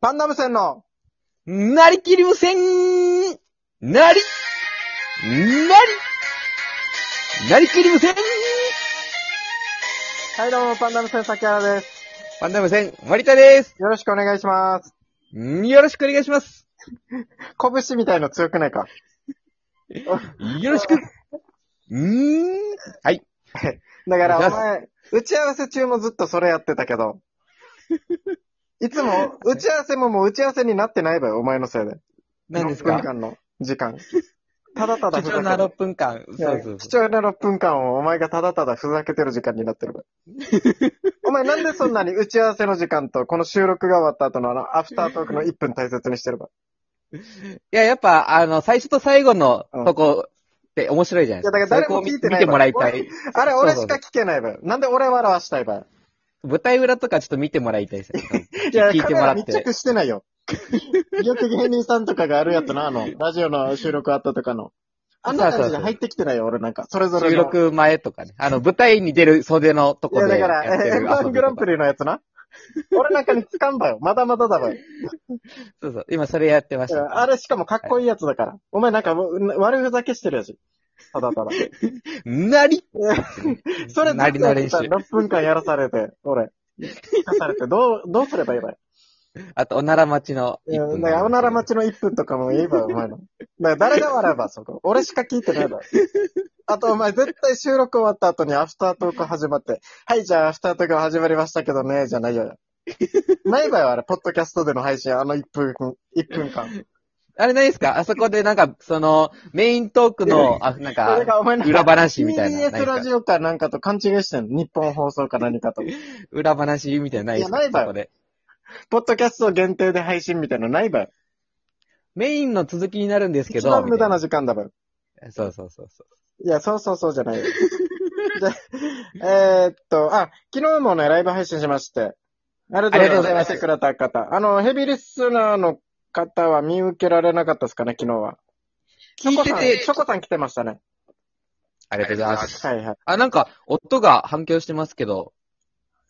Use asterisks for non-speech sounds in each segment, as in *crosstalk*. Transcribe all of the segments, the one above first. パンダム戦の、なりきり無線なりなりなりきり無線はい、どうも、パンダム戦、崎原です。パンダム戦、割田です。よろしくお願いします。んよろしくお願いします。拳みたいの強くないかよろしく。んーはい。だから、おお願いします前、打ち合わせ中もずっとそれやってたけ *laughs* ど、いつも、打ち合わせももう打ち合わせになってないわよ、お前のせいで。何です6か分間の時間。ただただ貴ふ重ざなけ6て分間。そうそる。う貴そう。重な6分間をお前がただただふざけてる時間になってるわ。 *laughs* お前なんでそんなに打ち合わせの時間とこの収録が終わった後のあのアフタートークの1分大切にしてるわ。いや、やっぱ、あの、最初と最後のとこって面白いじゃないですか。いやだから誰もそこを見聞いてない見てもらいたい。あれ俺しかそうそう聞けないわよ。なんで俺笑わしたいわよ。舞台裏とかちょっと見てもらいたいですね。いや、 *laughs* 聞いカてメもらラって密着してないよ。よく芸人さんとかがあるやつな、あ *laughs* の、ラジオの収録あったとかの。あんな感じで入ってきてないよ、俺なんか。 *laughs* それぞれの。収録前とかね。あの、舞台に出る袖のといこや、でだかやってら、 *laughs* る M1 グランプリ。リのやつな。俺なんかにつかんばよ。まだまだだわよ。そうそう。今それやってましいやた。あれしかもかっこいいやつだから。お前なんかもううん悪ふざけしてるやつ。ただた *laughs* だ。なりそれずなっとりのやって練た習。 6分間やらされて、俺。やらされて、どう、どうすればいいわよ。あと、おなら待ちのい1や分。だから、おなら待ちの1分とかも言えば、お前の。だから、誰が笑えば、そこ。俺しか聞いてないだ *laughs* ろ。あと、お前、絶対収録終わった後にアフタートーク始まって、はい、じゃあ、アフタートーク始まりましたけどね、じゃないよ。ないわよ、あれ、ポッドキャストでの配信、あの1分、1分間。あれないですかあそこでなんか、その、メイントークの、あ、なんそれか、がお前の裏話みたいな。ない TBS ラですかジオかなんかと勘違いしてんの。日本放送か何かと。裏話みたいなのないですかいやないわよそこで。ポッドキャスト限定で配信みたいなのないわよ。メインの続きになるんですけ一ど。番無駄なみ時間だわよ。たいなそうそうそうそいや、そうそうそうじゃないよ。じゃ、えーっと、あ、昨日もね、ライブ配信しまして。ありがとうございます。来ありてくれた方。あの、ヘビーリスナーの方は見受けられなかったですかね、昨日は。う。聞いてて、チョコさんチョコさん来てましたね。ありがとうございます。はいはい。あ、なんか、音が反響してますけど、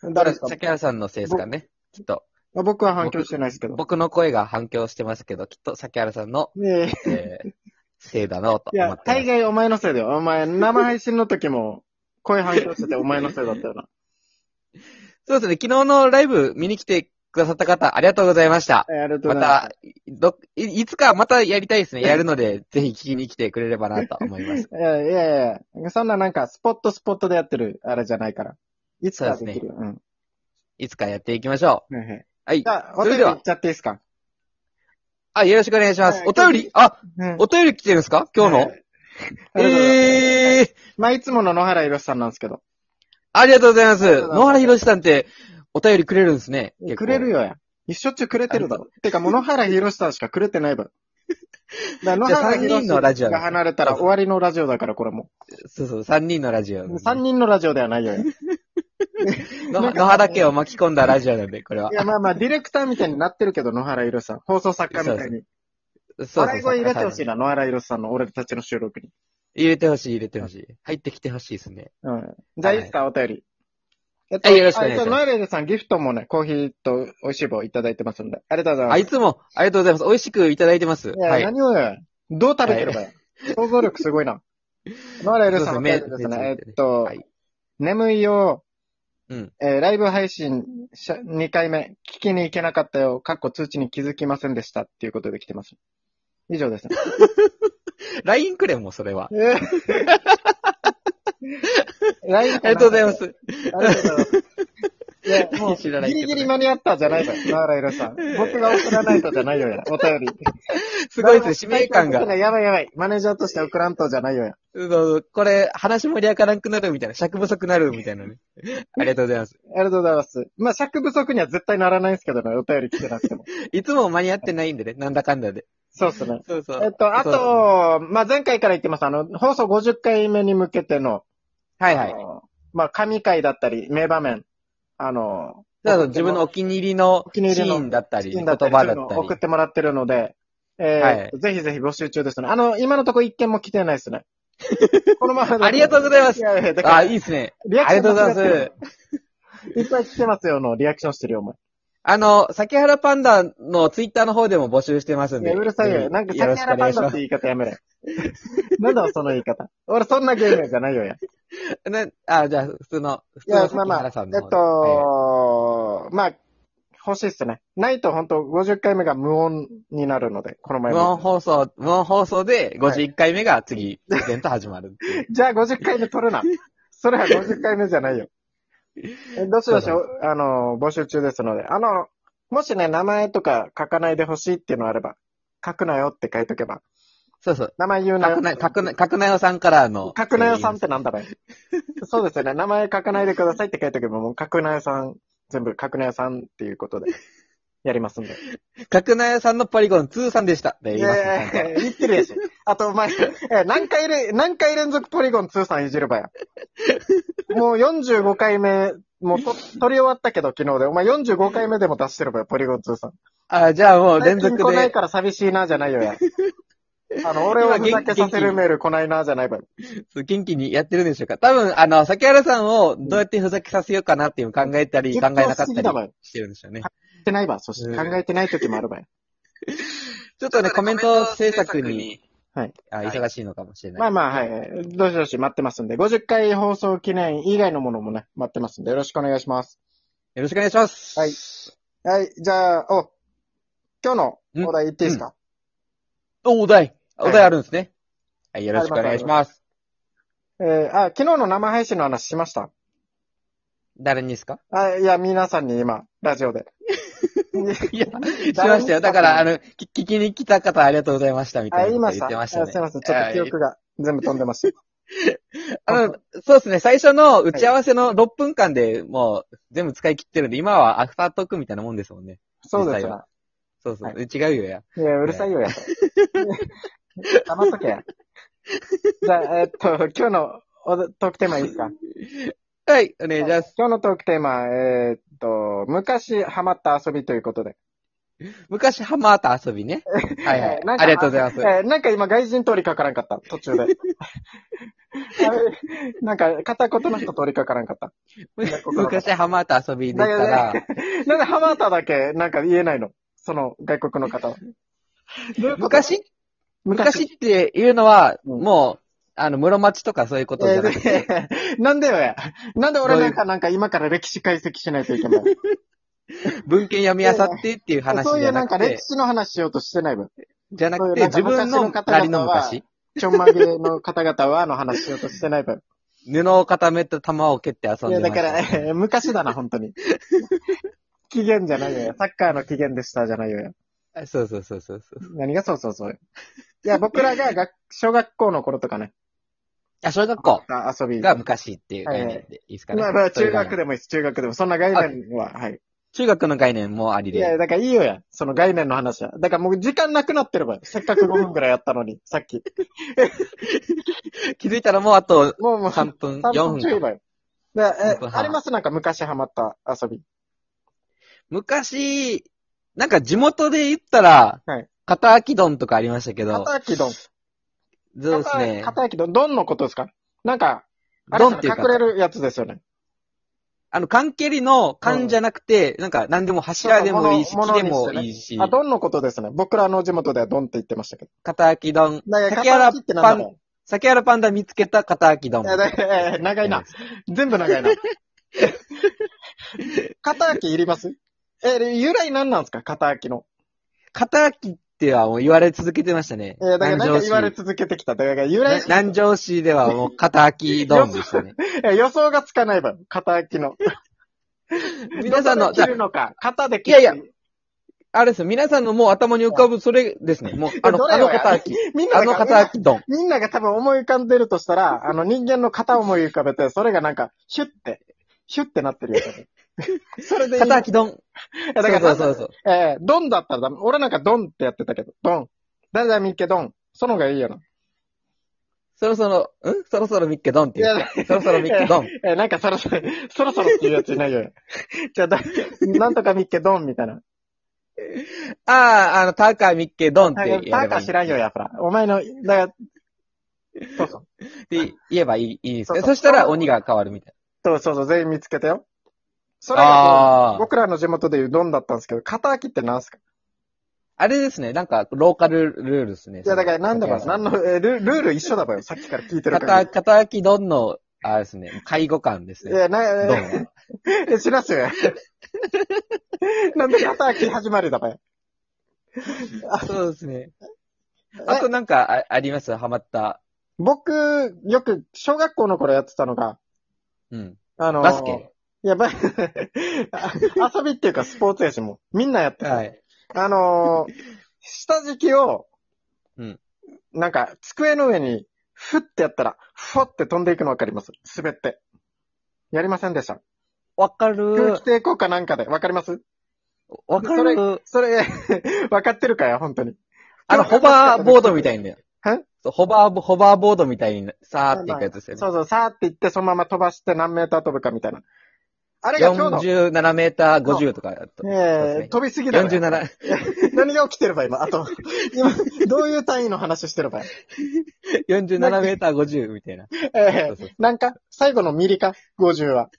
誰ですか崎原さんのせいですかね。きっと。僕は反響してないですけど。僕の声が反響してますけど、きっと崎原さんの、ねええー、せいだなとい思や、ってま大す。概お前のせいだよ。お前、生配信の時も、声反響しててお前のせいだった *laughs* よな。そうですね、昨日のライブ見に来てくださった方、ありがとうございました。えありがとうまございますた。、ど、いいつかまたやりたいですね。やるので、ぜひ聞きに来てくれればなと思います。いやいやいや、そんななんか、スポットスポットでやってる、あれじゃないから。いつかできるよ。うんいつかやっていきましょう。はいはい。はいじ。ゃあ、おそ便れりでは行っちゃっていいですかあ、よろしくお願いしますは。いお便りあ、うんお便り来てるんですか今日のええええー、まあ、いつもの野原宏さんなんですけど。ありがとうございまりがす。とうございます野原博さんって、お便りくれるんですね。結構くれる。よや。しょっちゅうくれてるだろ。てか、もう野原宏さんしかくれてないだろ。だから野原 *laughs* じゃあ三人のラ宏ジオさんが離れたら終わりのラジオだから、これも。そうそう、3人のラジオなんで。 3人のラジオではないよや。いのなんか *laughs* 野原家を巻き込んだラジオなんで、これは。や、まあまあ、ディレクターみたいになってるけど、野原宏さん。放送作家みたいに。そうそう笑い声入れてほしいな、野原宏さんの俺たちの収録に。入れてほしい、入れてほしい。入ってきてほしいですね。うん。じゃあ、いいですか、お便り。えっはいよろしくお願いしまあえっすと野原宏さん、ギフトもね、コーヒーと美味しい棒いただいてますんで。ありがとうございますあ、。いつも、ありがとうございます。美味しくいただいてます。いや、はい。何をよ。どう食べてればよ。想像力すごいな。ノアラエルさんのそタうそうイトルです目ね。目えっと、はい眠いよ。うん。えーライブ配信しゃ2回目、聞きに行けなかったよ。かっこ通知に気づきませんでした。っていうことで来てます。以上ですね。 LINE くれもう、それは。 *laughs* ライブありがとうございま。す。ありがとうございます。いや、もう、知らないギけどねリギリ間に合ったじゃないのよ。ノアラエルさん。僕が送らないとじゃない *laughs* よや。お便り。すごいですね、使命感ライブ配信の時が。ね *laughs* やばいやばい。マネージャーとして送らんとじゃないよや。うんこれ、話盛り上がらなくなるみたいな、尺不足なるみたいなね。ありがとうございます。ありがとうございます。まあ、尺不足には絶対ならないんですけどね、お便り来てな *laughs* くても。いつも間に合ってないんでね、なんだかんだで。そうですね。そうそう。えっと、あそう、と、まあ、前回から言ってます、あの、放送50回目に向けての、はいはあい。のまあ、神回だったり、名場面、あの、そうそう自分のお気に入りのおシ気に入りのーンだったり、シー言ンだ葉だったり、っそういうたりのを。送ってもらってるので、えーぜひぜひ募集中ですね。あの、今のとこ一件も来てないです *laughs* ね。このままありがとうございますいやいや、だからあ、いいですね。リアクあシりョンがとうございます。いっぱい来てますよのリアクションしてるよ、お前。あの、酒原パンダのツイッターの方でも募集してますんね、で。うるさいよ。なんか、よろ酒しく原お願パいンしダまってす。言い方やめろよ。なんだその言い方。俺、そんな芸名じゃないよや。ね、あ、じゃあ、普通の、普い通のや、酒まあまあ、原えさんのっ方で。と、まあ、欲しいっすね。ないと本当50回目が無音になるので、このは前い無音も。放送、無音放送で51回目が次、イベント始まるっていう。 *laughs* じゃあ50回目撮 *laughs* るな。それは50回目じゃないよ。えどしどし、そうあの、募集中ですので、あの、もしね、名前とか書かないでほしいっていうのあれば、書くなよって書いとけば。そうそう。名前言うなよ。角な、角な、角なよさんからの。角なよさんってなんだろう *laughs* そうですよね。名前書かないでくださいって書いとけば、もう角なよさん、全部角なよさんっていうことで、やりますんで。角なよさんのポリゴン2さんでした。でい言いますやねいやいや言ってるやし。あと、お前、え何回れ、何回連続ポリゴン2さんいじるばや。もう45回目、もうと撮り終わったけど、昨日で。お前45回目でも出してるばよ、ポリゴン2さん。あ、じゃあもう連最近続で。来ないから寂しいな、じゃないよや。あの、俺をふざけさせるメール来ないな、じゃないばよ。元気にやってるんでしょうか多分、あの、酒原さんをどうやってふざけさせようかなっていうのを考えたり、絶考対えなかっ不思た議だわりしてるんでしょうね。言ってないば、そして考えてない時もあるばよ。ちょっとね、コメント制作に、はいあ忙しいのかもしれない。まあまあ、はいはい。どしどし待ってますんで、50回放送記念以外のものもね、待ってますんで、よろしくお願いします。よろしくお願いします。はい。はい、じゃあ、お、今日のお題言っていいですか、お、お題。はいお題あるんですね。はい、よろしくお願いします。えーあ、昨日の生配信の話しました誰にですかあ、いや、皆さんに今、ラジオ *laughs* で。いや、しましたよ。だから、あの、き聞きに来た方ありがとうございましたみたあ、い言いまなことし言た。ってましあたね。すいません、ちょっと記憶が全部飛んでました。あの、そうですね、最初の打ち合わせの6分間でもう全部使い切ってるんで、今はアフタートークみたいなもんですもんね。 *laughs* そうです実際よは。そうそはう、違うよや。いや、うるさいよや。黙っとけや。じゃあ、えっと、今日のおトークテーマいいですかはい、 *laughs* お願いします。今日のトークテーマ、えーっと、昔ハマった遊びということで。昔ハマった遊 *laughs* びね。はいはえいー。なんかありがとうございます。えーなんか今外人通りかからんかった、途 *laughs* 中で。あれなんか片言の人通りかからんかった。昔ハマった遊びでしたら、 *laughs* なんでハマっただけなんか言えないのその外国の方は。どういうこと昔昔昔っていうのは、うんもう、あの、室町とかそういうことじゃなくて、えーなんでよや。なんで俺なんかなんか今から歴史解析しないといけない。文献読み漁ってっていう話そういじゃうななんかく歴て、史の話しようとしてない分。じゃなくそういて、うなんか自分の仮の昔、ちょんまげの方々はの話しようとしてない分。布を固めて玉を蹴って遊いんや、でまだしかた。ら、えー昔だな、本当に。期限じゃないよや。サッカーの期限でしたじゃないよや。そうそうそうそうそう。何がそうそうそうよ。いや、僕らが学小学校の頃とかね、あ、小学校遊び。が昔っていう概念でいいですかね。まあまあ、そうい中う概念学でもいいです、中学でも。そんな概念は、はい。中学の概念もありいで。や、だからいいよや。その概念の話は。だからもう時間なくなってればよせっかく5分くらいやったの *laughs* に、さっき。気づいたらもうあともうもう、 3分、 3 4ちょい分か。ばよ。だからえ三分半ありますなんか昔ハマった遊び。昔、なんか地元で言ったらはい、片秋丼とかありましたけど、片焼き丼。そうですね。片焼き丼。丼のことですかなんか、あれ丼っていうか隠、れるやつですよね。あの、缶蹴りの缶じゃなくて、なんか何でも柱でもいいし、そうそう木物で物にしてもねいいし、あ、ドンのことですね。僕らの地元ではドンって言ってましたけど。片秋丼、だ竹原ってなパんだンろ、酒原パンダ見つけた片秋丼うい。やだからえー *laughs* 長いな。全部 *laughs* 長いな。肩秋いりますえー由来何なんですか肩秋の。片秋ってはもう言われ続けてましたね。えーだからなん南か城言われ市。続けてきた。だから由な来、南城市ではもう片秋丼で *laughs* したね。えー予想がつかない分。肩秋の。皆さんどこの、でじ切ゃあるのか。肩で切いやいやあれですよ、皆さんのもう頭に浮かぶそれですね。もう、あの、どれあをのや片秋。みんなあだかのら片秋丼。みんなが多分思い浮かんでるとしたら、あの人間の肩を思い浮かべて、それがなんか、ヒュッて、ヒュッてなってるよ。多分それでいい片秋丼。いやだからそうそうそう。えー、ドンだったらダメ。俺なんかドンってやってたけど、ドン。誰だみっけドン。その方がいいよな。そろそろ、んそろそろミッケドンってい言う。や、そろそろミッケドン。えーなんかそろそろ、そろそろっていうやついない *laughs* よ。じゃあ、だなんとかみっけドンみたいな。ああ、あの、ターカーミッケドンっタて言えばいい。ーカ知らんよ、やっぱ。お前の、だから、そうそう。って言えばいい、いいですそうね。そうそしたら鬼が変わるみたいそうそうそう、全員見つけたよ。それがこうああー。僕らの地元でいうどんだったんですけど、肩空きってなんすかあれですね、なんか、ローカルルールですね。いや、だからなんだか、そなんの、えルルール一緒だばよ。さっきから聞いてるから。片、片空きどんの、あれですね、介護官ですいね。や、な、ど *laughs* んえは。ー、知らす *laughs* よ。なんで肩空き始まるだばよ。そうですね。あとなんか、あありますハマった。僕、よく、小学校の頃やってたのが、うん。あのーバスケ。いや、ば、あ *laughs* 遊びっていうかスポーツやし、もうみんなやってた。はい。あのー下敷きを、うんなんか、机の上に、ふってやったら、ふわって飛んでいくのわかります滑って。やりませんでした。わか空る気。抵抗かなんかで、わかりますわかる。それ、 *laughs* わかってるかよ、本当に。あの、ホバーボードみたいな。えそうホバーボ、ホバーボードみたいに、さーっていくやつですよね。そうそう、さーって行って、そのまま飛ばして何メーター飛ぶかみたいな。あれが今日の、 47メーター50とかだと。えー、飛びすぎだろ。 47、何が起きてれば今、あと、今、どういう単位の話してれば47メーター50みたいな。ええそうそうなんか、最後のミリか、50は。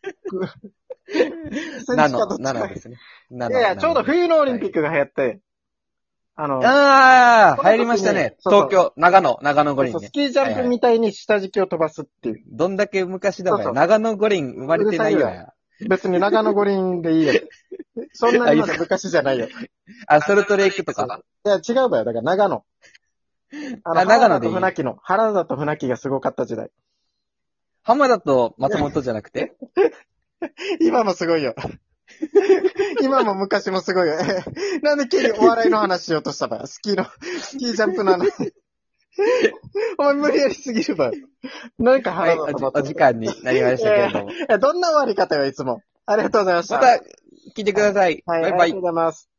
7どっの、ちか7ですね。7いやいや、ちょうど冬のオリンピックが流行って、あの、あこあ、の時に入りましたね。そうそう東京、長野、長野そ五う輪そうねス。キージャンプみたいに下敷きを飛ばすっていう。どんだけ昔だかそうそうよ。長野五輪生まれてないようるさいや。別に長野五輪でいいよ。そんなにまだ昔じゃないよ。あ、ソルトレイクとか。いや、違うわよ。だから長野。あの、長あ長野野とでいい船木の、原田と船木がすごかった時代。浜田と松本じゃなくて今もすごいよ。 *laughs* 今も昔もすごいよ。 *laughs* なんで急にお笑いの話しようとしたばよ。スキーの、スキージャンプの話。 *laughs* お前無理やりすぎるばよ。なんかは腹い、立おつじなお時間になりましたけれども。えどんな終わり方よ、いつも。ありがとうございました。また来てください。はい、バイあバりがイとう。ございます。